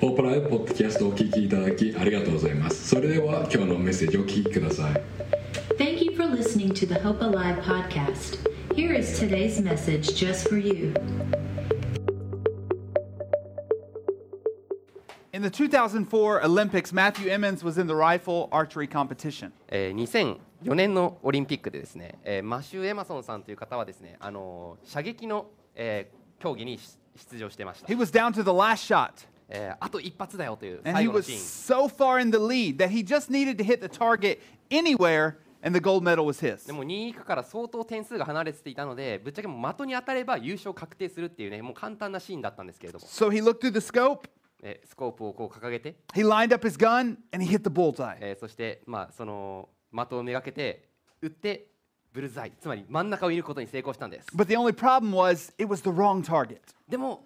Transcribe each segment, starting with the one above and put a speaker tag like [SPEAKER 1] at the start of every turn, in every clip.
[SPEAKER 1] ポープライブポッドキャストをお聞きいただきありがとうございますそれでは今日のメッセージをお聞きください
[SPEAKER 2] Thank you for listening to the Hope Alive podcast. Here is today's message just for you.
[SPEAKER 3] In the 2004 Olympics, Matthew Emmons was in the rifle archery competition.
[SPEAKER 4] えー2004年のオリンピックでですね、えーマシュー・エマソンさんという方はですね、あのー射撃の、えー競技にし出場してました
[SPEAKER 3] He、was down to the last shot,
[SPEAKER 4] えーあと一発だよという
[SPEAKER 3] and he
[SPEAKER 4] 最後の
[SPEAKER 3] was
[SPEAKER 4] シーン
[SPEAKER 3] so far in the lead that he just needed to hit the target anywhere, and the gold medal was his.
[SPEAKER 4] でも2位以下から相当点数が離れていたのでぶっちゃけもう的に当たれば優勝確定するっていうねもう簡単なシーンだったんですけれども、
[SPEAKER 3] So he looked through the scope,
[SPEAKER 4] えースコープをこう掲げて、
[SPEAKER 3] he lined up his gun, and he hit the bullseye.
[SPEAKER 4] えーそしてまあその的をめがけて打ってブルーザイつまり真ん中を射ることに成功したんです
[SPEAKER 3] But the only problem was it was the wrong target.
[SPEAKER 4] でも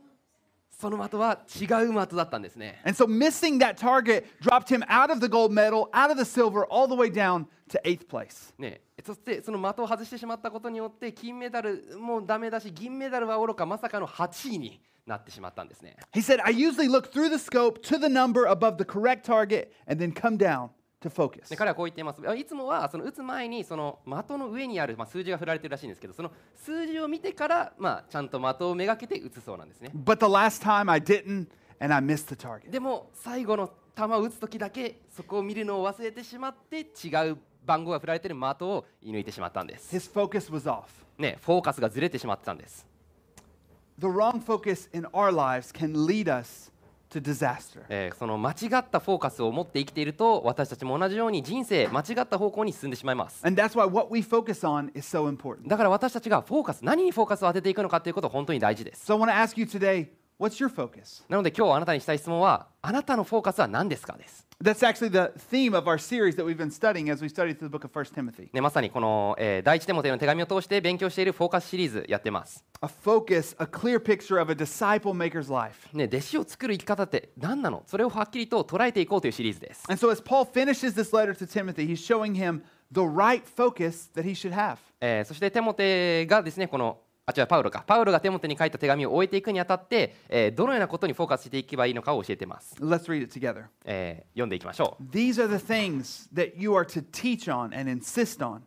[SPEAKER 4] その的は違う的だったんですね
[SPEAKER 3] And so missing that target dropped him out of the gold medal, out of the silver, all the way down to eighth place.
[SPEAKER 4] ねえ、そしてその的を外してしまったことによって金メダルもダメだし銀メダルはおろかまさかの8位になってしまったんですね
[SPEAKER 3] He said, I usually look through the scope to the number above the correct target and then come down to focus.
[SPEAKER 4] で彼はこう言っていますあいつもはその打つ前にその的の上にある、まあ、数字が振られてるらしいんですけどその数字を見てから、まあ、ちゃんと的をめがけて打つそうなんですね
[SPEAKER 3] But the last time I didn't, and I missed the target.
[SPEAKER 4] でも最後の球を打つ時だけそこを見るのを忘れてしまって違う番号が振られてる的を射抜いてしまったんです、
[SPEAKER 3] His focus was off.
[SPEAKER 4] ねえ、フォーカスがずれてしまってたんです
[SPEAKER 3] The wrong focus in our lives can lead us to disaster.
[SPEAKER 4] えーその間違ったフォーカスを持って生きていると私たちも同じように人生間違った方向に進んでしまいます
[SPEAKER 3] And that's why what we focus on is so important.
[SPEAKER 4] だから私たちがフォーカス何にフォーカスを当てていくのかということは本当に大事です
[SPEAKER 3] So I want to ask you today what's your focus?
[SPEAKER 4] なので今日あなたにしたい質問はあなたのフォーカスは何ですかです、
[SPEAKER 3] That's actually the theme of our series that we've been studying as we study through the book of 1 Timothy.
[SPEAKER 4] ね、まさにこの、えー第一手モテの手紙を通して勉強しているフォーカスシリーズやってます、
[SPEAKER 3] A focus, a clear picture of a disciple maker's life.
[SPEAKER 4] ね、弟子を作る生き方って何なのそれをはっきりと捉えていこうというシリーズです
[SPEAKER 3] And so, as Paul finishes this letter to Timothy, he's showing him the right focus that he should have.
[SPEAKER 4] えーそしてテモテがですねこのあ違うパウロかパウロがテモテに書いた手紙を終えていくにあたって、えーどのようなことにフォーカスしていけばいいのかを教えてます、
[SPEAKER 3] Let's read it together.
[SPEAKER 4] えー読んでいきましょう
[SPEAKER 3] These are the things that you are to teach on and insist on.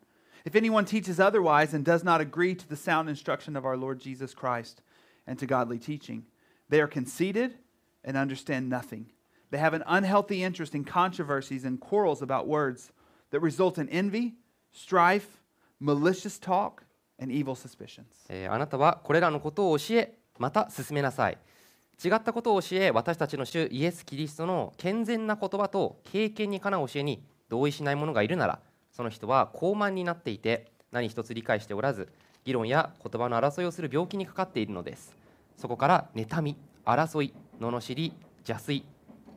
[SPEAKER 3] If anyone teaches otherwise and does not agree to the sound instruction of our Lord Jesus Christ and to godly teaching, they are conceited and understand nothing. They have an unhealthy interest in controversies and quarrels about words that result in envy, strife, malicious talk, and evil suspicions.
[SPEAKER 4] えーあなたはこれらのことを教えまた進めなさい違ったことを教え私たちの主イエス・キリストの健全な言葉と経験にかなう教えに同意しない者がいるならその人は高慢になっていて何一つ理解しておらず議論や言葉の争いをする病気にかかっているのですそこから妬み争い罵り邪推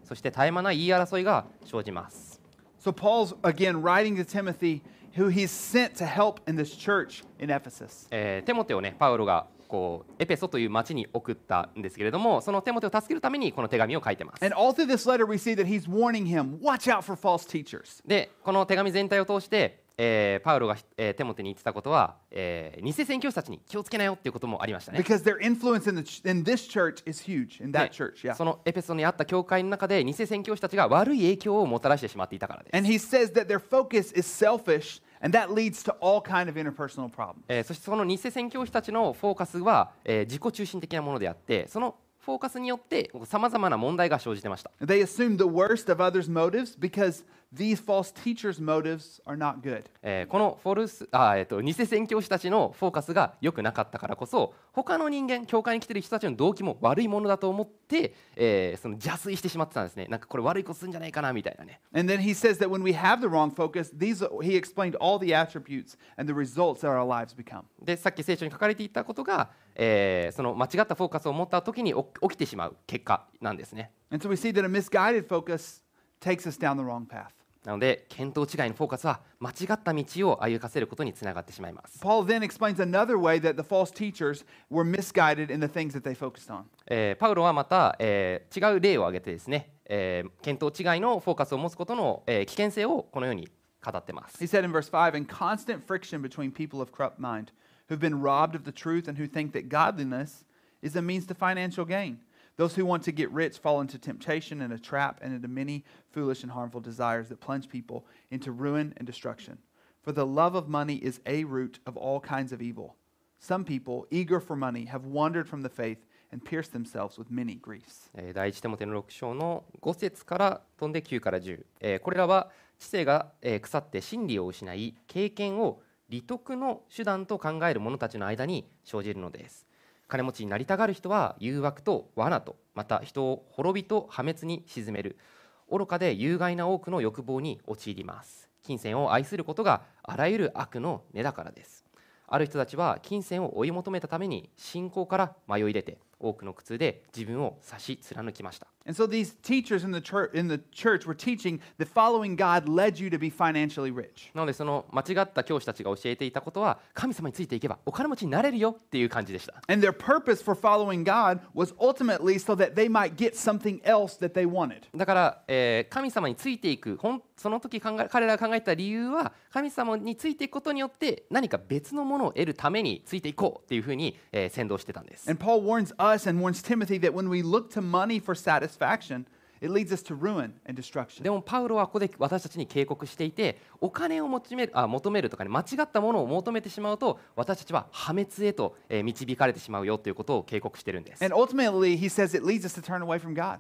[SPEAKER 4] そして絶え間ない言い争いが生じます
[SPEAKER 3] So Paul's again writing to Timothy, who he's sent to help in this church in Ephesus.
[SPEAKER 4] えーテモテをねパウロがこうエペソという町に送ったんですけれどもそのテモテを助けるためにこの手紙を書いてます
[SPEAKER 3] And all through this letter, we see that he's warning him, watch out for false teachers.
[SPEAKER 4] でこの手紙全体を通して、えーパウロが、えーテモテに言ってたことは、えー偽宣教師たちに気をつけなよっていうこともありましたね
[SPEAKER 3] Because their influence in, the ch- in this church is huge, in
[SPEAKER 4] で
[SPEAKER 3] that church, yeah.
[SPEAKER 4] そのエペソにあった教会の中で偽宣教師たちが悪い影響をもたらしてしまっていたからです、
[SPEAKER 3] And he says that their focus is selfish, and that leads to all kind of interpersonal problems.
[SPEAKER 4] えーそしてその偽宣教師たちのフォーカスは、えー自己中心的なものであってそのフォーカスによってさまざまな問題が生じてました
[SPEAKER 3] They assume the worst of others' motives because these false teachers' motives are not good.
[SPEAKER 4] えーこのフォルスあ、えー、と偽宣教師たちのフォーカスが良くなかったからこそ他の人間教会に来てる人たちの動機も悪いものだと思って、えーその邪推してしまってたんですねなんかこれ悪いことするんじゃないかなみたいなね
[SPEAKER 3] And then he says that when we have the wrong focus, these he explained all the attributes and the results that our lives become.
[SPEAKER 4] でさっき聖書に書かれていたことが、えーその間違ったフォーカスを持った時にお起きてしまう結果なんですね
[SPEAKER 3] And so we see that a misguided focus takes us down the wrong path.
[SPEAKER 4] なので見当違いのフォーカスは間違った道を歩かせることにつながってしまいます
[SPEAKER 3] Paul then explains another way that the false teachers were misguided in the things that they focused on.
[SPEAKER 4] えーパウロはまた、えー違う例を挙げてですね、えー、見当違いのフォーカスを持つことの、えー危険性をこのように語ってます
[SPEAKER 3] He said in verse 5 In constant friction between people of corrupt mind who've been robbed of the truth and who think that godliness is a means to financial gain. Those who want to get rich fall into temptation and a trap and into many foolish and harmful desires that plunge people into ruin and destruction. For the love of money is a root of all kinds of evil. Some people, eager for money, have wandered from the faith and pierced themselves with many griefs.
[SPEAKER 4] えー第1テモテの6章の5節から飛んで9から10、えーこれらは知性が、えー腐って真理を失い経験を利得の手段と考える者たちの間に生じるのです金持ちになりたがる人は誘惑と罠とまた人を滅びと破滅に沈める愚かで有害な多くの欲望に陥ります金銭を愛することがあらゆる悪の根だからですある人たちは金銭を追い求めたために信仰から迷い出て多くの苦痛で自分を差し貫きました
[SPEAKER 3] And so these teachers in the church, in the church were teaching that following God led you to be financially rich.
[SPEAKER 4] なのでその間違った教師たちが教えていたことは神様についていけばお金持ちになれるよっていう感じでした
[SPEAKER 3] And their purpose for following God was ultimately so that they might get something else that they wanted.
[SPEAKER 4] だから、えー神様についていくほんその時考え彼らが考えた理由は神様についていくことによって何か別のものを得るためについていこうっていうふうに、えー先導してたんです
[SPEAKER 3] And Paul warns us and warns Timothy that when we look to money for satisfaction, it leads us to ruin and destruction.
[SPEAKER 4] でもパウロはここで私たちに警告していてお金を求めるあ求めるとかね間違ったものを求めてしまうと私たちは破滅へと、えー導かれてしまうよということを警告してるんです。
[SPEAKER 3] And ultimately, he says it leads us to turn away from God.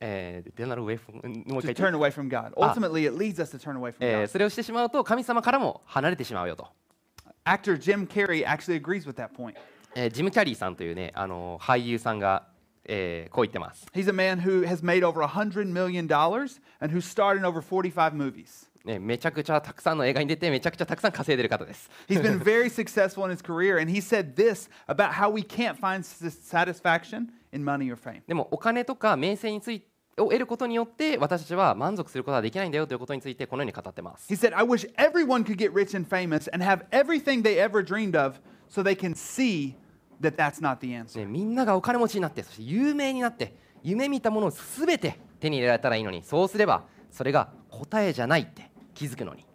[SPEAKER 4] えー、Then I'll wait for- もう一
[SPEAKER 3] To
[SPEAKER 4] 回
[SPEAKER 3] turn away from God.
[SPEAKER 4] Ah.
[SPEAKER 3] Ultimately, it leads us to turn away from
[SPEAKER 4] えー
[SPEAKER 3] God.
[SPEAKER 4] それをしてしまうと神様からも離れてしまうよと、
[SPEAKER 3] Actor Jim Carrey actually agrees with that point.
[SPEAKER 4] えージム・キャリーさんというね、あのー俳優さんが、えーこう言ってます
[SPEAKER 3] He's a man who has made over $100 million and who starred in over 45 movies.
[SPEAKER 4] ねめちゃくちゃたくさんの映画に出てめちゃくちゃたくさん稼いでる方です
[SPEAKER 3] He's been very successful in his career, and he said this about how we can't find s- satisfaction in money or fame.
[SPEAKER 4] でもお金とか名声についを得ることによって私たちは満足することはできないんだよということについてこのように語ってます
[SPEAKER 3] He said, I wish everyone could get rich and famous and have everything they ever dreamed of so they can see that that's not the answer.
[SPEAKER 4] ね、みんながお金持ちになってそして有名になって夢見たものを全て手に入れられたらいいのにそうすればそれが答えじゃないって気づくのに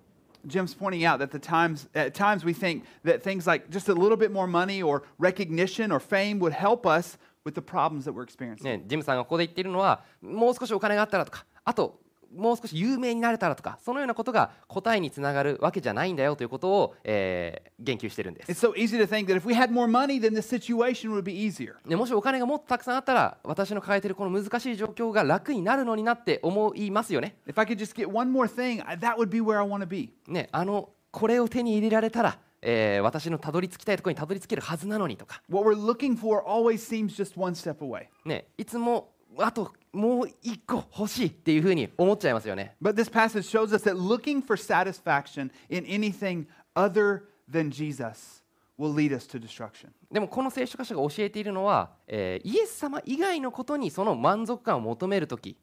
[SPEAKER 3] Jim's pointing out that the times, at times we think that things like just a little bit more money or recognition or fame would help us with the problems that we're experiencing.
[SPEAKER 4] ね、ジムさんがここで言っているのはもう少しお金があったらとかあともう少し有名になれたらとかそのようなことが答えにつながるわけじゃないんだよということを、えー言及してるんです
[SPEAKER 3] It's so easy to think that if we had more money, then this situation would be easier.
[SPEAKER 4] でもしお金がもっとたくさんあったら私の抱えているこの難しい状況が楽になるのになって思いますよね
[SPEAKER 3] If I could just get one more thing, I, that would be where I want to be.
[SPEAKER 4] ねあのこれを手に入れられたら、えー私のたどり着きたいところにたどり着けるはずなのにとか、
[SPEAKER 3] What we're looking for always seems just one step away.
[SPEAKER 4] ね、いつもあともう一個欲しいっていうふうに思っちゃいますよね
[SPEAKER 3] But this passage shows us that looking for satisfaction in anything other than Jesus will lead us to destruction.
[SPEAKER 4] でもこの聖書箇所が教えているのは、えーイエス様以外のことにその満足感を求めるとき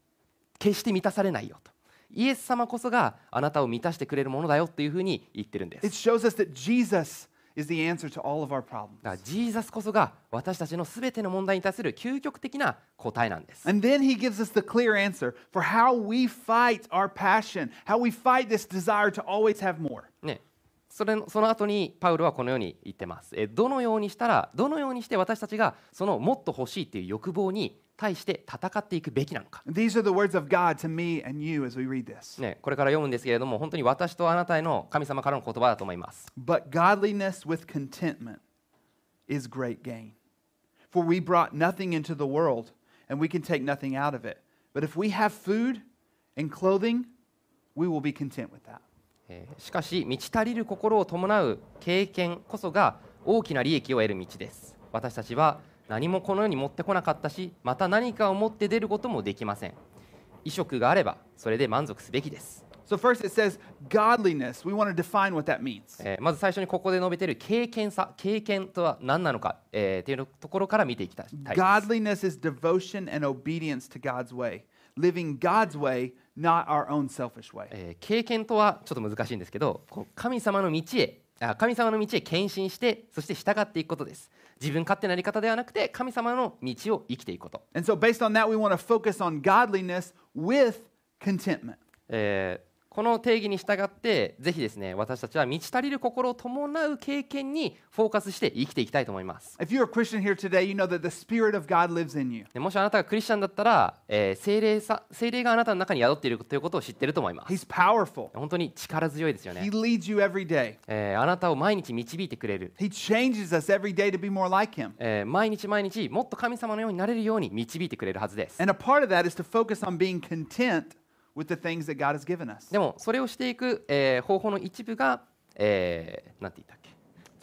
[SPEAKER 4] 決して満たされないよとイエス様こそがあなたを満たしてくれるものだよっていうふうに言ってるんです
[SPEAKER 3] It shows us that Jesus is the answer to all of our problems.
[SPEAKER 4] だからジーザスこそが私たちのすべての問題に対する究極的な答えなんです
[SPEAKER 3] And then he gives us the clear answer for how we fight our passion, how we fight this desire to always have more.
[SPEAKER 4] ね、それのその後にパウロはこのように言ってますえどのようにしたらどのようにして私たちがそのもっと欲しいっていう欲望に対して戦っていくべきなのか
[SPEAKER 3] These are the words of God to me and you as we read this.
[SPEAKER 4] ね、これから読むんですけれども本当に私とあなたへの神様からの言葉だと思います
[SPEAKER 3] But godliness with contentment is great gain. For we brought nothing into the world, and we can take nothing out of it. But if we have food and clothing, we will be content with that.
[SPEAKER 4] えーしかし満ち足りる心を伴う経験こそが大きな利益を得る道です私たちは何もこの世に持ってこなかったしまた何かを持って出ることもできません衣食があればそれで満足すべきです、
[SPEAKER 3] So, first it says godliness. We want to define what that means.
[SPEAKER 4] えーまず最初にここで述べている経験さ経験とは何なのか、えー、っていうところから見ていきたいです
[SPEAKER 3] Godliness is devotion and obedience to God's way, living God's way, not our own selfish way.
[SPEAKER 4] えー経験とはちょっと難しいんですけどこう神様の道へあ神様の道へ献身してそして従っていくことです自分勝手なやり方ではなくて神様の道を生きていくこと、
[SPEAKER 3] And so, based on that, we want to focus on godliness with contentment.
[SPEAKER 4] えーこの定義に従ってぜひですね私たちは満ち足りる心を伴う経験にフォーカスして生きていきたいと思います
[SPEAKER 3] If you're a Christian here today, you know that the Spirit of God lives in you.
[SPEAKER 4] でもしあなたがクリスチャンだったら、えー精霊さ精霊があなたの中に宿っているということを知っていると思います
[SPEAKER 3] He's powerful.
[SPEAKER 4] 本当に力強いですよ
[SPEAKER 3] He
[SPEAKER 4] ね、
[SPEAKER 3] leads you every day.
[SPEAKER 4] えーあなたを毎日導いてくれる、
[SPEAKER 3] He changes us every day to be more like Him.
[SPEAKER 4] えー毎日毎日もっと神様のようになれるように導いてくれるはずです
[SPEAKER 3] And a part of that is to focus on being content with the things that God has given us.
[SPEAKER 4] でもそれをしていく、えー方法の一部が、えーなんて言ったっけ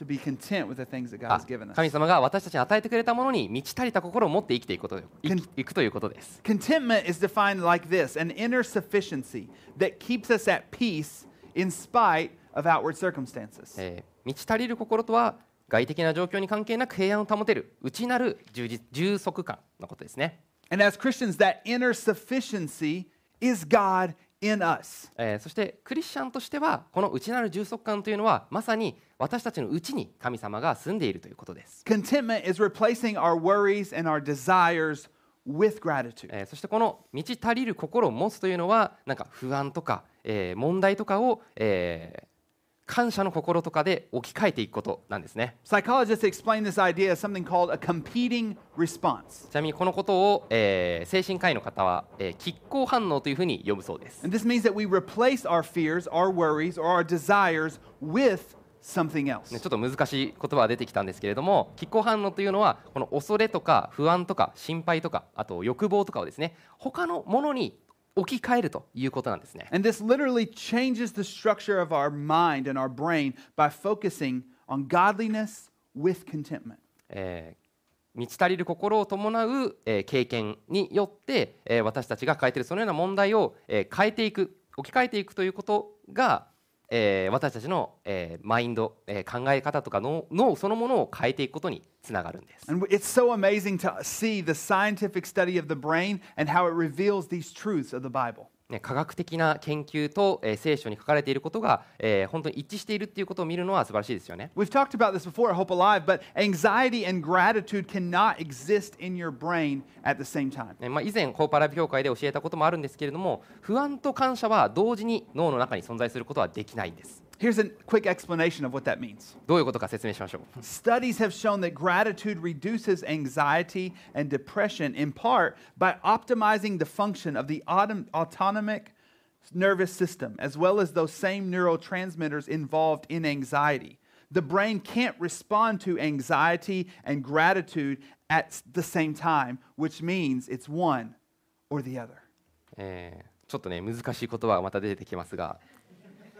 [SPEAKER 3] To be content with the things that God
[SPEAKER 4] あ
[SPEAKER 3] has given us.
[SPEAKER 4] 神様が私たちに与えてくれたものに満ち足りた心を持って生きていくこと生きいくということです
[SPEAKER 3] Contentment is defined like this an inner sufficiency that keeps us at peace in spite of outward circumstances.
[SPEAKER 4] えー満ち足りる心とは外的な状況に関係なく平安を保てる内なる充実充足感のことですね、
[SPEAKER 3] And as Christians, that inner sufficiency is God in us.
[SPEAKER 4] えーそしてクリスチャンとしてはこの内なる充足感というのはまさに私たちの内に神様が住んでいるということです、
[SPEAKER 3] Contentment is replacing our worries and our desires with gratitude.
[SPEAKER 4] えーそしてこの満ち足りる心を持つというのはなんか不安とか、えー問題とかを、えー感謝の心とかで置き換えていくことなんですね
[SPEAKER 3] Psychologists explain this idea as something called a competing response.
[SPEAKER 4] ちなみにこのことを、えー精神科医の方は、えー拮抗反応というふうに呼ぶそうです、
[SPEAKER 3] And this means that we replace our fears, our worries, or our desires with something else.
[SPEAKER 4] ねちょっと難しい言葉が出てきたんですけれども拮抗反応というのはこの恐れとか不安とか心配とかあと欲望とかをですね他のものに置き換えるということなんですね
[SPEAKER 3] And this literally changes the structure of our mind and our brain by focusing on godliness with contentment.
[SPEAKER 4] えー満ち足りる心を伴う、えー経験によって、えー私たちが抱えているそのような問題を、えー変えていく置き換えていくということが、えー私たちの、えーマインド、えー考え方とかの脳そのものを変えていくことにつながるんです。
[SPEAKER 3] And it's so amazing to see the scientific study of the brain and how it reveals these truths of the Bible.
[SPEAKER 4] ね、科学的な研究と、えー聖書に書かれていることが、えー本当に一致しているっていうことを見るのは素晴らしいですよね。
[SPEAKER 3] We've talked about this before at Hope Alive, but anxiety and gratitude cannot exist in your brain at the same time.
[SPEAKER 4] ねまあ、以前コーパラビ協会で教えたこともあるんですけれども不安と感謝は同時に脳の中に存在することはできないんです。
[SPEAKER 3] Here's a quick explanation of what that means.
[SPEAKER 4] どういうことか説明しましょう。
[SPEAKER 3] Studies have shown that gratitude reduces anxiety and depression in part by optimizing the function of the autom- autonomic nervous system, as well as those same neurotransmitters involved in anxiety. The brain can't respond to anxiety and gratitude at s- the same time, which means it's one or the other.
[SPEAKER 4] えーちょっとね難しい言葉がまた出てきますが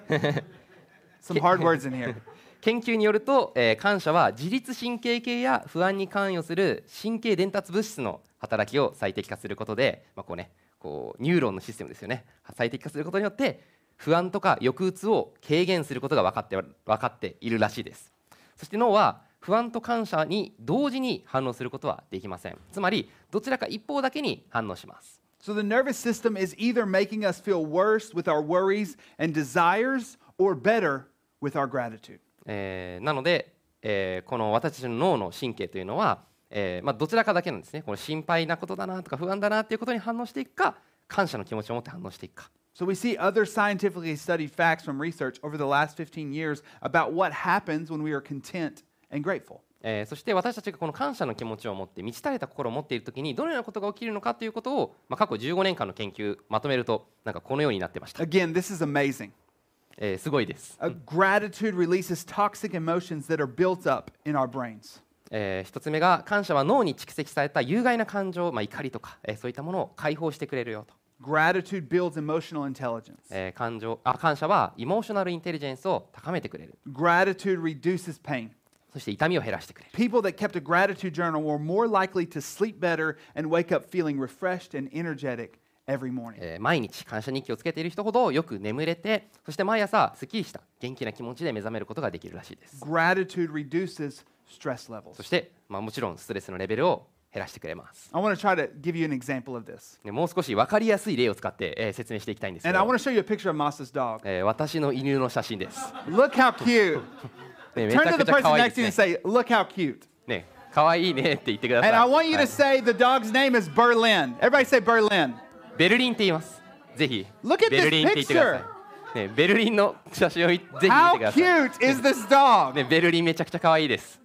[SPEAKER 3] Some hard words in here.
[SPEAKER 4] 研究によると、えー感謝は自律神経系や不安に関与する神経伝達物質の働きを最適化することで、まあこうね、こうニューロンのシステムですよね最適化することによって不安とか抑うつを軽減することが分かって分かっているらしいですそして脳は不安と感謝に同時に反応することはできませんつまりどちらか一方だけに反応します
[SPEAKER 3] So the nervous system is either making us feel worse with our worries and desires or better with our gratitude.
[SPEAKER 4] えーなので、えーこの私たちの脳の神経というのは、えーまあ、どちらかだけなんですねこの心配なことだなとか不安だなっていうことに反応していくか感謝の気持ちを持って反応していくか
[SPEAKER 3] So we see other scientifically studied facts from research over the last 15 years about what happens when we are content and grateful.
[SPEAKER 4] えーそして私たちがこの感謝の気持ちを持って満ち足れた心を持っている時にどのようなことが起きるのかということを、まあ、過去15年間の研究まとめるとなんかこのようになってました、
[SPEAKER 3] Again, this is amazing.
[SPEAKER 4] えーすごいです、
[SPEAKER 3] Uh, Gratitude releases toxic emotions that are built up in our brains.
[SPEAKER 4] え1つ目が感謝は脳に蓄積された有害な感情、まあ、怒りとか、えーそういったものを解放してくれるよと
[SPEAKER 3] Gratitude builds emotional intelligence.
[SPEAKER 4] えー感情あ感謝はエモーショナルインテリジェンスを高めてくれる
[SPEAKER 3] Gratitude reduces pain.
[SPEAKER 4] そして痛みを減らしてくれる
[SPEAKER 3] People that kept a gratitude journal were more likely to sleep better and wake up feeling refreshed and energetic every morning.
[SPEAKER 4] えー毎日感謝日記をつけている人ほどよく眠れてそして毎朝すっきりした元気な気持ちで目覚めることができるらしいです
[SPEAKER 3] Gratitude reduces stress
[SPEAKER 4] そ
[SPEAKER 3] levels.
[SPEAKER 4] して、まあ、もちろんストレスのレベルを減らしてくれます
[SPEAKER 3] I want to try to give you an example of this.
[SPEAKER 4] でもう少し分かりやすい例を使って、えー説明していきたいんですけ
[SPEAKER 3] And I
[SPEAKER 4] ど
[SPEAKER 3] want、to show you a picture of Masa's dog.
[SPEAKER 4] えー私の犬の写真です、
[SPEAKER 3] Look how cute.
[SPEAKER 4] ね、めち
[SPEAKER 3] Turn
[SPEAKER 4] ゃ
[SPEAKER 3] to
[SPEAKER 4] く
[SPEAKER 3] the
[SPEAKER 4] ちゃ
[SPEAKER 3] person
[SPEAKER 4] 可愛い
[SPEAKER 3] next to you and
[SPEAKER 4] ですね
[SPEAKER 3] say, Look how cute.
[SPEAKER 4] ね可愛いねって言ってください、
[SPEAKER 3] And I want you
[SPEAKER 4] は
[SPEAKER 3] to
[SPEAKER 4] い
[SPEAKER 3] say the dog's name is Berlin. Everybody say Berlin.
[SPEAKER 4] ベルリンって言いますぜひ
[SPEAKER 3] Look at
[SPEAKER 4] ベル
[SPEAKER 3] this
[SPEAKER 4] リンって言ってください
[SPEAKER 3] picture.
[SPEAKER 4] ね、ベルリンの写真をいぜひ見てく
[SPEAKER 3] How
[SPEAKER 4] ださ
[SPEAKER 3] cute is this dog?
[SPEAKER 4] い、ね、ベルリンめちゃくちゃ可愛いです、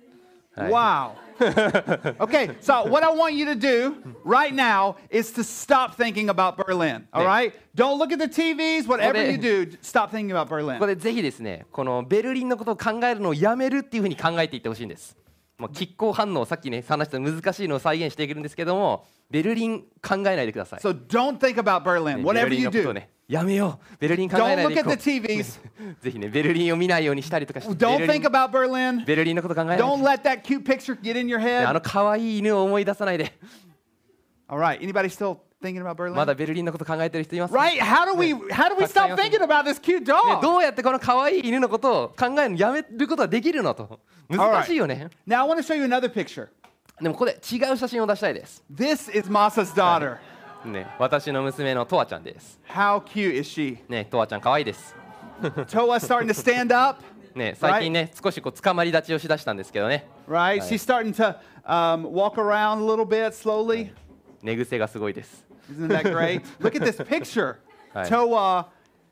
[SPEAKER 4] はい、
[SPEAKER 3] Wow. okay, so what I want you to do right now is to stop thinking about Berlin. All
[SPEAKER 4] Yeah.
[SPEAKER 3] right? Don't look at the TVs, whatever
[SPEAKER 4] Okay.
[SPEAKER 3] you do, j- stop thinking about
[SPEAKER 4] ここ
[SPEAKER 3] Berlin.
[SPEAKER 4] でぜひですねこのベルリンのことを考えるのをやめるっていうふうに考えていってほしいんですもう拮抗反応さっきね話した難しいのを再現していけるんですけどもベルリン考えないでください、
[SPEAKER 3] So don't think about Berlin,
[SPEAKER 4] ね
[SPEAKER 3] whatever
[SPEAKER 4] ベルリン
[SPEAKER 3] you
[SPEAKER 4] のこと
[SPEAKER 3] do.
[SPEAKER 4] をねやめようベルリン考え
[SPEAKER 3] Don't
[SPEAKER 4] ない
[SPEAKER 3] look
[SPEAKER 4] でい
[SPEAKER 3] at
[SPEAKER 4] こ
[SPEAKER 3] the
[SPEAKER 4] う
[SPEAKER 3] TVs.
[SPEAKER 4] ぜひねベルリンを見ないようにしたりとかしてベ
[SPEAKER 3] Don't
[SPEAKER 4] ルリ
[SPEAKER 3] think
[SPEAKER 4] ン
[SPEAKER 3] about Berlin.
[SPEAKER 4] ベルリンのこと考えないで
[SPEAKER 3] Don't let that cute picture get in your
[SPEAKER 4] ねあ
[SPEAKER 3] head.
[SPEAKER 4] の可愛い犬を思い出さないで
[SPEAKER 3] All right. Anybody still thinking about
[SPEAKER 4] ま
[SPEAKER 3] Berlin?
[SPEAKER 4] だベルリンのこと考えてる人いますか
[SPEAKER 3] Right? How do we how do we
[SPEAKER 4] Tuck
[SPEAKER 3] stop
[SPEAKER 4] down.
[SPEAKER 3] thinking about this cute
[SPEAKER 4] ね、
[SPEAKER 3] dog?
[SPEAKER 4] どうやってこの可愛い犬のことを考えるのやめることはできるのと
[SPEAKER 3] right.
[SPEAKER 4] 難しいよね、
[SPEAKER 3] Now I want to show you another picture.
[SPEAKER 4] でもここで違う写真を出したいです、
[SPEAKER 3] This is Masa's daughter.
[SPEAKER 4] ね、私の娘のとわちゃんです、
[SPEAKER 3] How cute is she?
[SPEAKER 4] ね、とわちゃん可愛いです、
[SPEAKER 3] Toa starting to stand up,
[SPEAKER 4] ね、最近ね、少しこう捕まり立ちをしだしたんですけどね
[SPEAKER 3] right?
[SPEAKER 4] Right.
[SPEAKER 3] She's starting to um, walk around a little bit slowly.
[SPEAKER 4] 寝癖がすごいです、
[SPEAKER 3] Isn't that great? Look at this picture.
[SPEAKER 4] Right.
[SPEAKER 3] Toa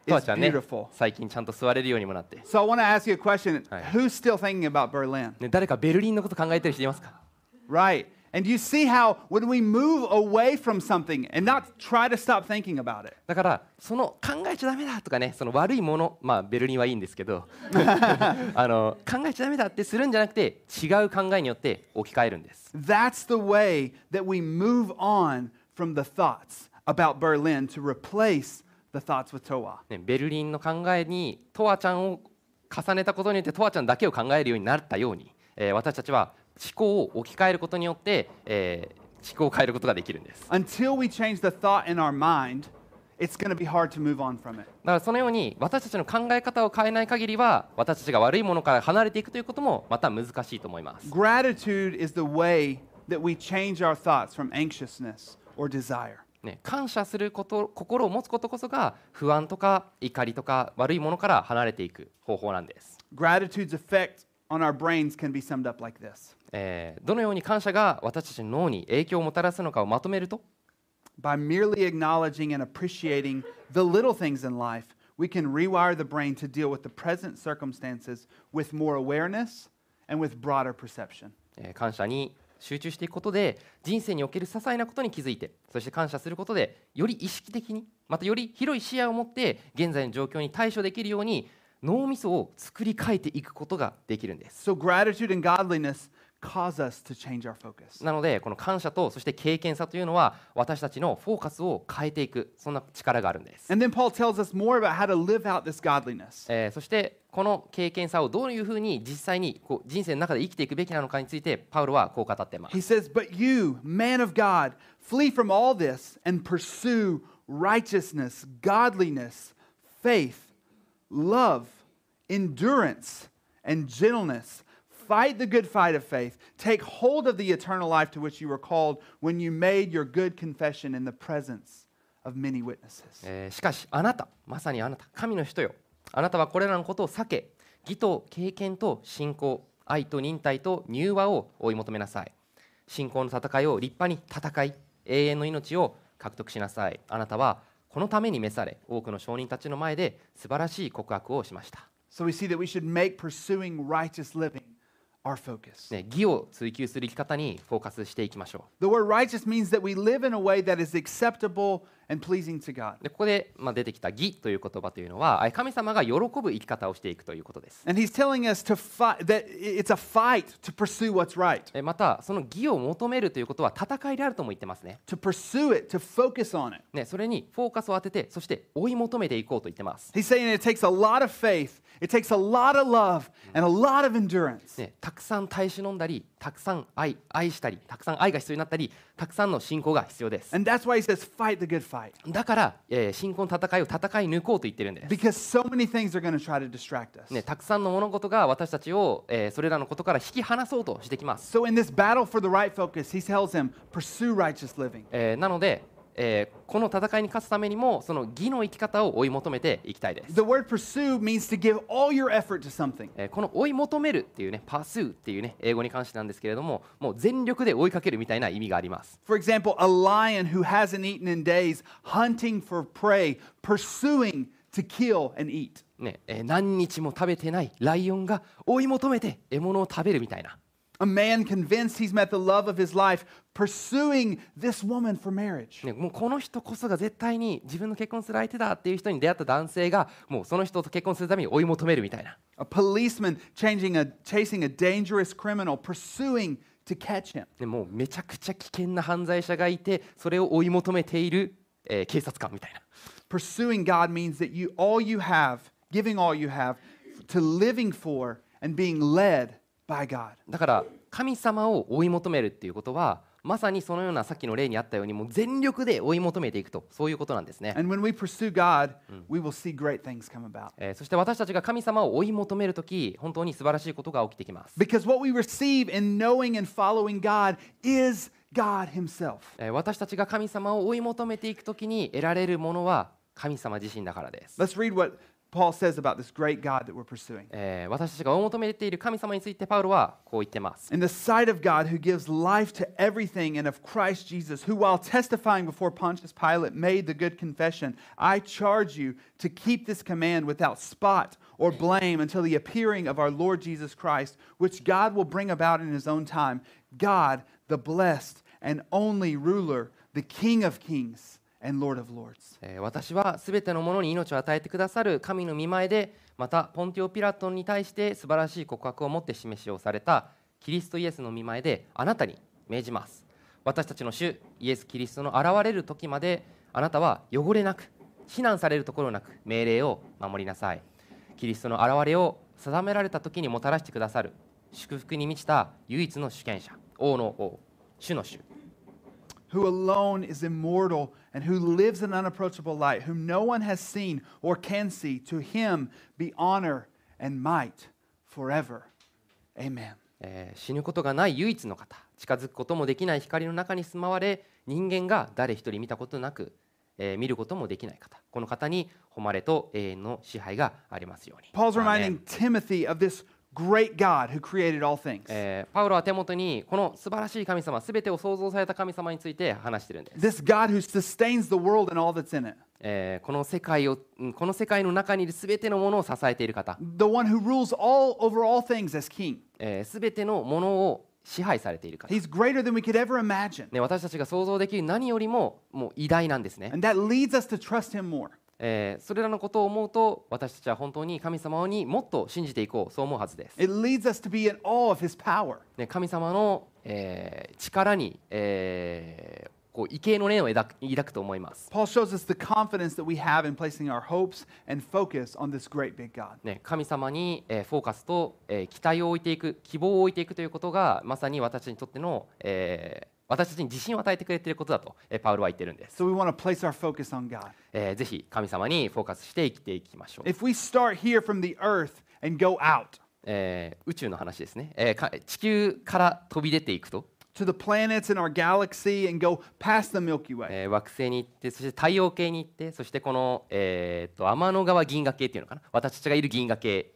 [SPEAKER 4] とわ
[SPEAKER 3] is
[SPEAKER 4] ちゃんね
[SPEAKER 3] beautiful.
[SPEAKER 4] 最近ちゃんと座れるようにもなって、
[SPEAKER 3] So I want to ask you a question.
[SPEAKER 4] Right.
[SPEAKER 3] Who's still thinking about Berlin?
[SPEAKER 4] ね、誰かベルリンのこと考えてる人いますか
[SPEAKER 3] Right. And do you see how when we move away from something and not try to stop thinking about it,
[SPEAKER 4] だからその考えちゃダメだとかねその悪いものまあベルリンはいいんですけどあの考えちゃダメだってするんじゃなくて違う考えによって置き換えるんです
[SPEAKER 3] that's the way that we move on from the thoughts about Berlin to replace the thoughts with Toa.
[SPEAKER 4] ね、ベルリンの考えにトワちゃんを重ねたことによってトワちゃんだけを考えるようになったように、えー私たちは思考を置き換えることによって、えー思考を変えることができるんですだか
[SPEAKER 3] Until we change the thought in our mind, it's going to be hard to move on from it.
[SPEAKER 4] らそのように私たちの考え方を変えない限りは私たちが悪いものから離れていくということもまた難しいと思います
[SPEAKER 3] Gratitude is the way that we change our thoughts from anxiousness or desire.
[SPEAKER 4] ね、感謝すること心を持つことこそが不安とか怒りとか悪いものから離れていく方法なんです、
[SPEAKER 3] Gratitude's effect on our brains can be summed up like this
[SPEAKER 4] えーどのように感謝が私たちの脳に影響をもたらすのかをまとめると
[SPEAKER 3] by merely acknowledging and appreciating the little things in life, we can rewire the brain to deal with the present circumstances with more awareness and with broader perception.
[SPEAKER 4] えー感謝に集中していくことで人生における些細なことに気づいてそして感謝することでより意識的にまたより広い視野を持って現在の状況に対処できるように脳みそを作り変えていくことができるんです
[SPEAKER 3] So, gratitude and godliness cause us to change our focus.
[SPEAKER 4] なのでこの感謝とそして経験さというのは私たちのフォーカスを変えていくそんな力があるんです
[SPEAKER 3] And then Paul tells us more about how to live out this godliness.
[SPEAKER 4] えーそしてこの経験さをどういうふうに実際にこう人生の中で生きていくべきなのかについてパウロはこう語っています
[SPEAKER 3] He says, But you, man of God, flee from all this and pursue righteousness, godliness, faith, love, endurance, and gentleness. Fight the good fight of faith. Take hold of the eternal life to which you were called when you made your good confession in the presence of many witnesses.
[SPEAKER 4] えーしかしあなたまさにあなた神の人よあなたはこれらのことを避け義と経験と信仰愛と忍耐と柔和を追い求めなさい信仰の戦いを立派に戦い永遠の命を獲得しなさいあなたはこのために召され多くの証人たちの前で素晴らしい告白をしました、
[SPEAKER 3] So we see that we should make pursuing righteous living our focus.
[SPEAKER 4] ね、義を追求する生き方にフォーカスしていきましょ
[SPEAKER 3] The word righteous means that we live in a way that is acceptable and pleasing to God.
[SPEAKER 4] うでここで、まあ、出てきた義という言葉というのはあ神様が喜ぶ生き方をしていくということです
[SPEAKER 3] And he's telling us to fight that i- it's a fight to pursue what's right,
[SPEAKER 4] えまたその義を求めるということは戦いであるとも言ってますね
[SPEAKER 3] to pursue it, to focus on it.
[SPEAKER 4] ねそれにフォーカスを当ててそして追い求めていこうと言ってます、
[SPEAKER 3] He's saying it takes a lot of faith, it takes a lot of love, and a lot of endurance.
[SPEAKER 4] ね、たくさん耐え忍んだりたくさん愛愛したりたくさん愛が必要になったりたくさんの信仰が必要です、
[SPEAKER 3] And that's why he says fight the good fight
[SPEAKER 4] だから、えー信仰の戦いを戦い抜こうと言ってるんです、
[SPEAKER 3] because so many things are going to try to distract us.
[SPEAKER 4] ね、たくさんの物事が私たちを、えーそれらのことから引き離そうとしてきます、
[SPEAKER 3] So in this battle for the right focus, he tells him pursue righteous living.
[SPEAKER 4] えーなので、えーこの戦いに勝つためにもその義の生き方を追い求めていきたいです
[SPEAKER 3] The word pursue means to give all your effort to something.
[SPEAKER 4] えーこの追い求めるっていうね、パスーっていうね、英語に関してなんですけれども、もう全力で追いかけるみたいな意味があります。
[SPEAKER 3] For example, a lion who hasn't eaten in days, hunting for prey, pursuing to kill and eat.
[SPEAKER 4] ねえー何日も食べてないライオンが追い求めて獲物を食べるみたいな、
[SPEAKER 3] A man convinced he's met the love of his life pursuing this woman for marriage.
[SPEAKER 4] ね、もうこの人こそが絶対に自分の結婚する相手だっていう人に出会った男性がもうその人と結婚するために追い求めるみたいな、
[SPEAKER 3] A policeman changing a, chasing a dangerous criminal pursuing to catch him.
[SPEAKER 4] ね、もうめちゃくちゃ危険な犯罪者がいてそれを追い求めている、えー警察官みたいな。
[SPEAKER 3] Pursuing God means that you all you have, giving all you have to living for and being led by God.
[SPEAKER 4] だから神様を追い求めるっていうことはまさにそのようなさっきの例にあったようにもう全力で追い求めていくとそういうことなんですね、
[SPEAKER 3] And when we pursue God, we will see great things come about.
[SPEAKER 4] えーそして私たちが神様を追い求めるとき本当に素晴らしいことが起きてきます、
[SPEAKER 3] Because what we receive in knowing and following God is God Himself.
[SPEAKER 4] えー私たちが神様を追い求めていくときに得られるものは神様自身だからです、
[SPEAKER 3] Let's read what Paul says about this great God that we're pursuing.
[SPEAKER 4] えー私たちが追い求めている神様についてパウロはこう言ってます、
[SPEAKER 3] In the sight of God, who gives life to everything, and of Christ Jesus, who, while testifying before Pontius Pilate, made the good confession I charge you to keep this command without spot or blame until the appearing of our Lord Jesus Christ, which God will bring about in his own time. God, the blessed and only ruler, the King of kings and Lord of lords.
[SPEAKER 4] えー私はすべてのものに命を与えてくださる神の御前でまたポンティオ・ピラトンに対して素晴らしい告白をもって示しをされたキリストイエスの御前であなたに命じます私たちの主イエス・キリストの現れる時まであなたは汚れなく非難されるところなく命令を守りなさいキリストの現れを定められた時にもたらしてくださる祝福に満ちた唯一の主権者王の王主の主
[SPEAKER 3] who alone is immortal and who lives an unapproachable light, whom no one has seen or can see, to him be honor and might forever. Amen.
[SPEAKER 4] えー死ぬことがない唯一の方近づくこともできない光の中に住まわれ人間が誰一人見たことなく、えー見ることもできない方この方に誉れと永遠の支配がありますように
[SPEAKER 3] Paul's
[SPEAKER 4] アーメ
[SPEAKER 3] reminding
[SPEAKER 4] ン
[SPEAKER 3] Timothy of this great God who created all things.
[SPEAKER 4] えーパウロは手元にこの素晴らしい神様すべてを創造された神様について話してるんです、
[SPEAKER 3] This God who sustains the world and all that's in it.
[SPEAKER 4] えーこの世界をうんこの世界の中にいるすべてのものを支えている方
[SPEAKER 3] The one who rules all over all things as king.
[SPEAKER 4] すべ、全てのものを支配されている方、
[SPEAKER 3] He's greater than we could ever imagine.
[SPEAKER 4] ね、私たちが想像できる何よりももう偉大なんですね
[SPEAKER 3] And that leads us to trust him more.
[SPEAKER 4] えーそれらのことを思うと私たちは本当に神様にもっと信じていこうそう思うはずです、
[SPEAKER 3] It leads us to be in awe of his power.
[SPEAKER 4] ね、神様の、えー力に、えーこう畏敬の念を抱く抱くと思います、
[SPEAKER 3] Paul shows us the confidence that we have in placing our hopes and focus on this great big God.
[SPEAKER 4] ね、神様に、えーフォーカスと、えー期待を置いていく希望を置いていくということがまさに私たちにとっての、えー私たちに自信を与えてくれていることだと、えーパウルは言ってるんです、
[SPEAKER 3] So we want to place our focus on God.
[SPEAKER 4] えーぜひ神様にフォーカスして生きていきましょう、
[SPEAKER 3] If we start here from the earth and go out
[SPEAKER 4] えー宇宙の話ですね、えーか地球から飛び出ていくと
[SPEAKER 3] to the planets in our galaxy and go past the Milky Way,
[SPEAKER 4] えー惑星に行ってそして太陽系に行ってそしてこの、えーっと天の川銀河系っていうのかな私たちがいる銀河系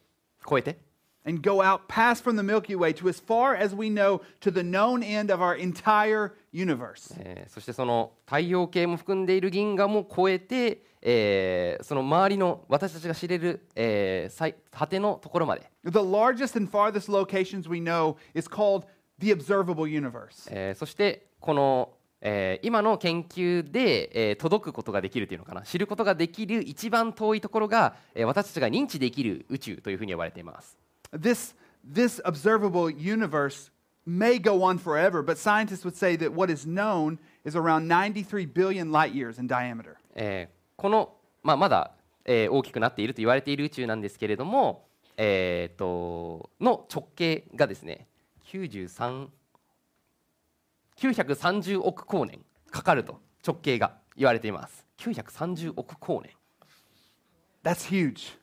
[SPEAKER 4] 超えて、
[SPEAKER 3] and go out past from the Milky Way to as far as we know to the known end of our entire universe.
[SPEAKER 4] えーそしてその太陽系も含んでいる銀河も超えて、えーその周りの私たちが知れる、えー最果てのところまで、
[SPEAKER 3] The largest and farthest locations we know is called the observable universe.
[SPEAKER 4] えーそしてこの、えー今の研究で、えー届くことができるっていうのかな知ることができる一番遠いところが、えー私たちが認知できる宇宙というふうに呼ばれています。
[SPEAKER 3] This, this observable universe may go on forever, but scientists would say that what is known is around 93 billion light years in diameter.
[SPEAKER 4] えーこの、まあ、まだ、えー大きくなっていると言われている宇宙なんですけれども、えー、との直径がですね93 930億光年かかると直径が言われています930億光年、
[SPEAKER 3] That's huge.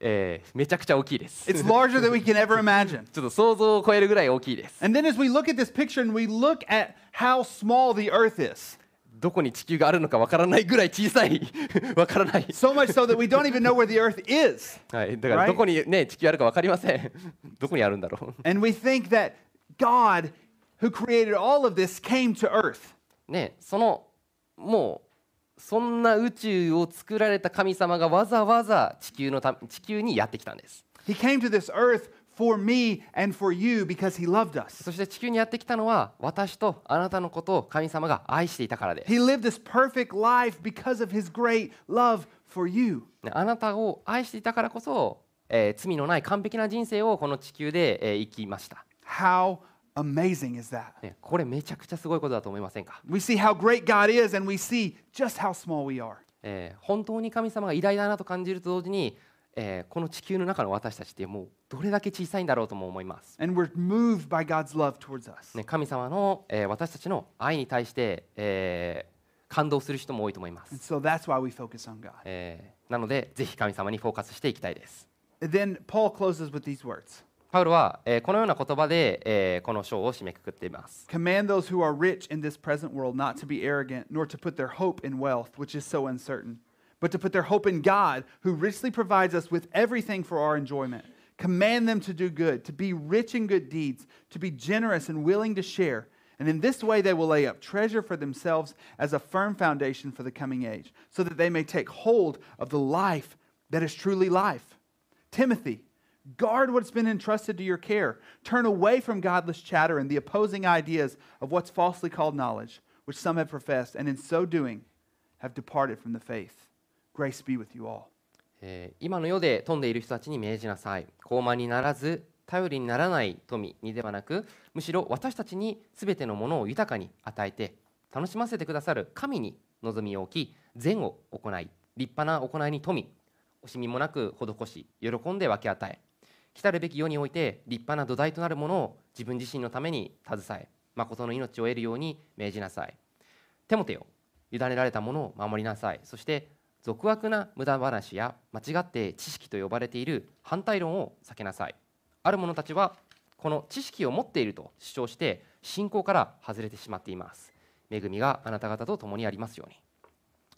[SPEAKER 4] えーめちゃくちゃ大きいです
[SPEAKER 3] It's larger than we can ever imagine.
[SPEAKER 4] ちょっと想像を超えるぐらい大きいです
[SPEAKER 3] And then as we look at this picture and we look at how small the earth is,
[SPEAKER 4] どこに地球があるのかわからないぐらい小さい わからない、
[SPEAKER 3] so much so that we don't even know where the earth is.
[SPEAKER 4] はい、だからどこにね地球あるかわかりません どこにあるんだろう
[SPEAKER 3] And we think that God, who created all of this, came to earth.
[SPEAKER 4] ね、そのもうそんな宇宙を作られた神様がわざわざ地球のた地球にやってきたんです
[SPEAKER 3] He came to this earth for me and for you because he loved us.
[SPEAKER 4] そして地球にやってきたのは私とあなたのことを神様が愛していたからです
[SPEAKER 3] He lived this perfect life because of his great love for you.
[SPEAKER 4] ねあなたを愛していたからこそ、えー罪のない完璧な人生をこの地球で、えー生きました、
[SPEAKER 3] How amazing is that?
[SPEAKER 4] ねこれめちゃくちゃすごいことだと思いませんか、
[SPEAKER 3] We see how great God is and we see just how small we are.
[SPEAKER 4] えー本当に神様が偉大だなと感じると同時に、えーこの地球の中の私たちってもうどれだけ小さいんだろうとも思います、
[SPEAKER 3] And we're moved by God's love towards us.
[SPEAKER 4] ね神様の、えー私たちの愛に対して、えー感動する人も多いと思います
[SPEAKER 3] And、so that's why we focus on God.
[SPEAKER 4] えーなのでぜひ神様にフォーカスしていきたいです
[SPEAKER 3] Then Paul closes with these words
[SPEAKER 4] パウロは、えーこのような言葉で、えーこの章を締めくくっています
[SPEAKER 3] Command those who are rich in this present world not to be arrogant, nor to put their hope in wealth, which is so uncertain, but to put their hope in God, who richly provides us with everything for our enjoyment. Command them to do good, to be rich in good deeds, to be generous and willing to share. And in this way, they will lay up treasure for themselves as a firm foundation for the coming age, so that they may take hold of the life that is truly life. Timothy, guard what's been entrusted to your care. Turn away from godless chatter and the opposing ideas of what's falsely called knowledge, which some have professed, and in so doing have departed from the faith. Grace be with you all.
[SPEAKER 4] えー今の世で富んでいる人たちに命じなさい傲慢にならず頼りにならない富にではなくむしろ私たちに全てのものを豊かに与えて楽しませてくださる神に望みを置き善を行い立派な行いに富惜しみもなく施し喜んで分け与え来たるべき世において立派な土台となるものを自分自身のために携え誠の命を得るように命じなさいテモテよ委ねられたものを守りなさいそして俗悪な無駄話や間違って知識と呼ばれている反対論を避けなさいある者たちはこの知識を持っていると主張して信仰から外れてしまっています恵みがあなた方と共にありますように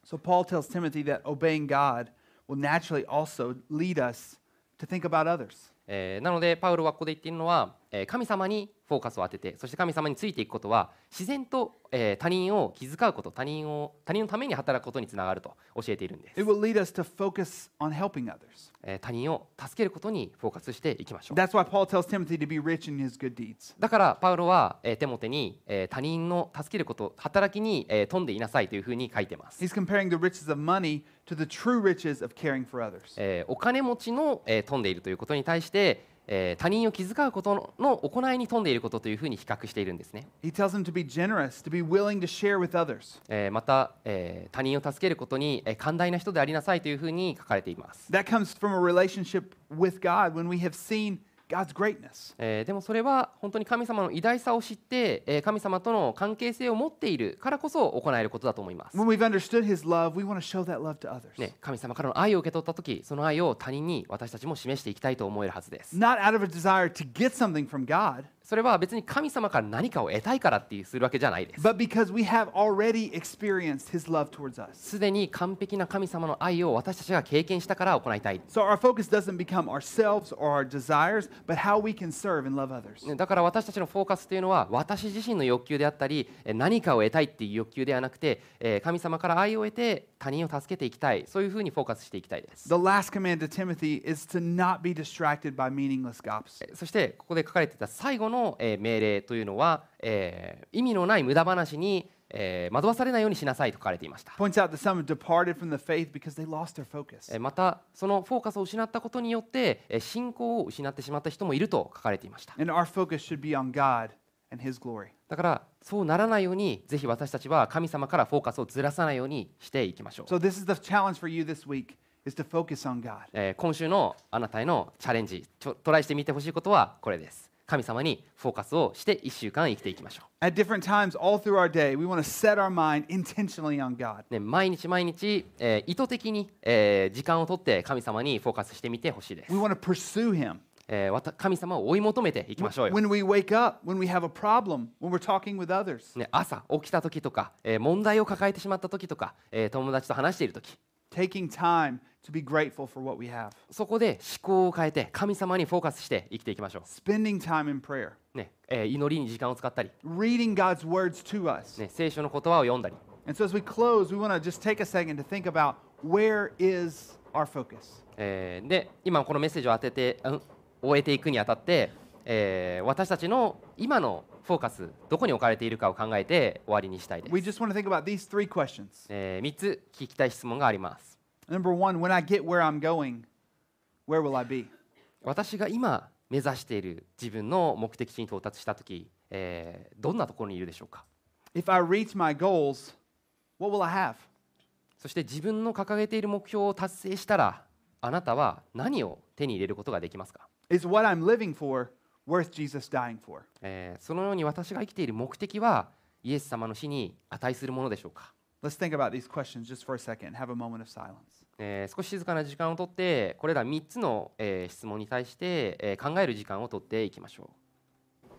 [SPEAKER 3] So, Paul tells Timothy that obeying God will naturally also lead us to think about others.
[SPEAKER 4] えーなのでパウロはここで言っているのは、えー神様にフォーカスを当ててそして神様についていくことは自然と、えー他人を気遣うこと他人を他人のために働くことにつながると教えているんです
[SPEAKER 3] It、will lead us to focus on helping others.
[SPEAKER 4] えー他人を助けることにフォーカスしていきましょう
[SPEAKER 3] That's why Paul tells Timothy to be rich in his good deeds.
[SPEAKER 4] だからパウロは、えーテモテに、えー他人の助けること働きに、えー富んでいなさいというふうに書いてます、
[SPEAKER 3] He's comparing the riches of money to the true riches of caring for others.
[SPEAKER 4] えーお金持ちの、えー富んでいるということに対して、えー他人を気遣うことのの行いに富んでいることというふうに比較しているんですね、
[SPEAKER 3] He tells them to be generous, to be willing to share with others.
[SPEAKER 4] えーまた、えー他人を助けることに、えー寛大な人でありなさいというふうに書かれています、
[SPEAKER 3] That comes from a relationship with God when we have seen God's greatness.
[SPEAKER 4] えーでもそれは本当に神様の偉大さを知って、えー神様との関係性を持っているからこそ行えることだと思います
[SPEAKER 3] When we've understood His love, we want to show that love to others.
[SPEAKER 4] ね、神様からの愛を受け取った時その愛を他人に私たちも示していきたいと思えるはずです。
[SPEAKER 3] Not out of a desire to get something from God,
[SPEAKER 4] それは別に神様から何かを得たいからっていうするわけじゃないです。
[SPEAKER 3] but because we have already experienced His love towards us.
[SPEAKER 4] すでに完璧な神様の愛を私たちが経験したから行いたい。
[SPEAKER 3] So our focus doesn't become ourselves or our desires, but how we can serve and love others.
[SPEAKER 4] ねだから私たちのフォーカスというのは私自身の欲求であったりえ何かを得たいっていう欲求ではなくてえー神様から愛を得て他人を助けていきたいそういうふうにフォーカスしていきたいです。
[SPEAKER 3] The last command to Timothy is to not be distracted by meaningless gossip.
[SPEAKER 4] そしてここで書かれていた最後の、えー命令というのは、えー意味のない無駄話に、えー惑わされないようにしなさいと書かれていました。
[SPEAKER 3] Points out that some have departed from the faith because they lost their focus.
[SPEAKER 4] えーまたそのフォーカスを失ったことによってえー信仰を失ってしまった人もいると書かれていました
[SPEAKER 3] And our focus should be on God and His glory.
[SPEAKER 4] だからそうならないようにぜひ私たちは神様からフォーカスをずらさないようにしていきましょう、
[SPEAKER 3] So this is the challenge for you this week is to focus on God.
[SPEAKER 4] えー今週のあなたへのチャレンジちょトライしてみてほしいことはこれです神様にフォーカスをして1週間生きていきましょ
[SPEAKER 3] At different times all through our day, we want to set our mind intentionally on God.
[SPEAKER 4] う、ね、毎日毎日、えー意図的に、えー時間をとって神様にフォーカスしてみてほしいです
[SPEAKER 3] We、want to pursue Him.
[SPEAKER 4] えーわた神様を追い求めていきましょうよ
[SPEAKER 3] When we wake up, when we have a problem, when we're talking with others,
[SPEAKER 4] ね、朝起きた時とか、えー問題を抱えてしまった時とか、えー友達と話している時
[SPEAKER 3] taking time to be grateful for what we have,
[SPEAKER 4] そこで思考を変えて神様にフォーカスして生きていきましょ
[SPEAKER 3] spending time in prayer,
[SPEAKER 4] う、ねえー祈りに時間を使ったり、
[SPEAKER 3] reading God's words to us,
[SPEAKER 4] ね、聖書の言葉を読んだり、
[SPEAKER 3] And so as we close, we want to just take a second to think about where is our focus?
[SPEAKER 4] えーで今このメッセージを当ててうん終えていくにあたって、えー私たちの今のフォーカスどこに置かれているかを考えて終わりにしたいです
[SPEAKER 3] We、just want to think about these three questions.
[SPEAKER 4] え3つ聞きたい質問があります
[SPEAKER 3] Number one, when I get where I'm going, where will I be?
[SPEAKER 4] 私が今目指している自分の目的地に到達した時、えーどんなところにいるでしょうか
[SPEAKER 3] If I reach my goals, what will I have?
[SPEAKER 4] そして自分の掲げている目標を達成したらあなたは何を手に入れることができますか、
[SPEAKER 3] Is what I'm living for worth Jesus dying for?
[SPEAKER 4] えーそのように私が生きている目的はイエス様の死に値するものでしょうか
[SPEAKER 3] Let's think about these questions just for a second and have a moment of silence.
[SPEAKER 4] えー少し静かな時間をとってこれら3つの、えー質問に対して、えー考える時間をとっていきましょう、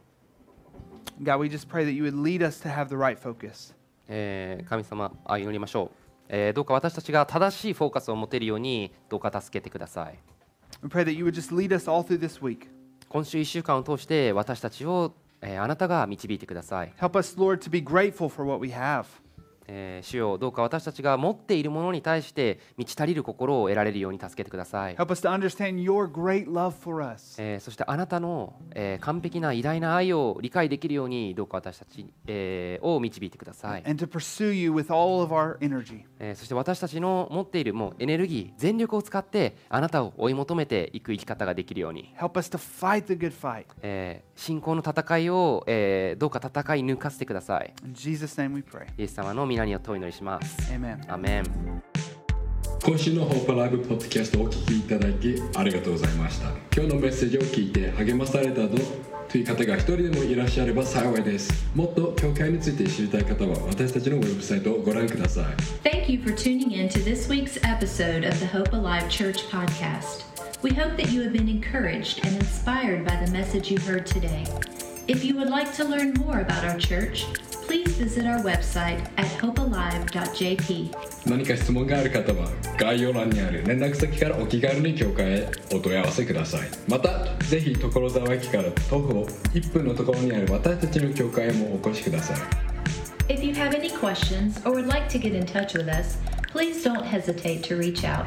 [SPEAKER 3] God, we just pray that you would lead us to have the right focus.
[SPEAKER 4] えー神様あ祈りましょう、えーどうか私たちが正しいフォーカスを持てるようにどうか助けてください
[SPEAKER 3] We pray that you would just lead us all through this week.
[SPEAKER 4] 今週1週間を通して私たちを、えーあなたが導いてください、
[SPEAKER 3] Help us, Lord, to be grateful for what we have.
[SPEAKER 4] えー主よどうか私たちが持っているものに対して満ち足りる心を得られるように助けてください、
[SPEAKER 3] Help us to understand your great love for us.
[SPEAKER 4] えーそしてあなたの、えー完璧な偉大な愛を理解できるようにどうか私たち、えーを導いてください、
[SPEAKER 3] and to pursue you with all of our energy.
[SPEAKER 4] えーそして私たちの持っているもうエネルギー全力を使ってあなたを追い求めていく生き方ができるように、
[SPEAKER 3] Help us to fight the good fight.
[SPEAKER 4] えー信仰の戦いを、えーどうか戦い抜かせてください
[SPEAKER 3] In Jesus' name we pray.
[SPEAKER 4] イエス様の皆によってお祈りします
[SPEAKER 3] Amen.
[SPEAKER 4] アーメン
[SPEAKER 1] 今週のホープライブポッドキャストをお聞きいただきありがとうございました今日のメッセージを聞いて励まされたぞという方が一人でもいらっしゃれば幸いですもっと教会について知りたい方は私たちのウェブサイトをご覧ください
[SPEAKER 2] Thank you for tuning in to this week's episode of the Hope Alive Church podcast. We hope that you have been encouraged and inspired by the message you heard today. If you would like to learn more about our church, please visit our website at hopealive.jp.
[SPEAKER 1] 何か質問がある方は概要欄にある連絡先からお気軽に教会へお問い合わせくださいまたぜひ所沢駅から徒歩1分のところにある私たちの教会へもお越しください
[SPEAKER 2] If you have any questions or would like to get in touch with us, please don't hesitate to reach out.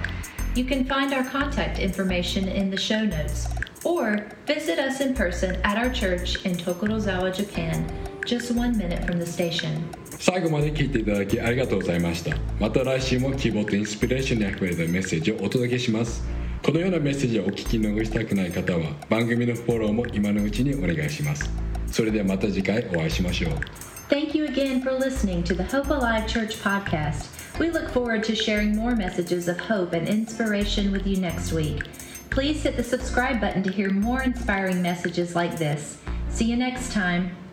[SPEAKER 2] You can find our contact information in the show notes or visit us in person at our church in Tokorozawa, Japan, just one minute from the station.
[SPEAKER 1] 最後まで聞いていただきありがとうございましたまた来週も希望とインスピレーションにあふれたメッセージをお届けしますこのようなメッセージをお聞き逃したくない方は番組のフォローも今のうちにお願いしますそれではまた次回お会いしましょう
[SPEAKER 2] Thank you again for listening to the Hope Alive Church podcast. We look forward to sharing more messages of hope and inspiration with you next week. Please hit the subscribe button to hear more inspiring messages like this. See you next time.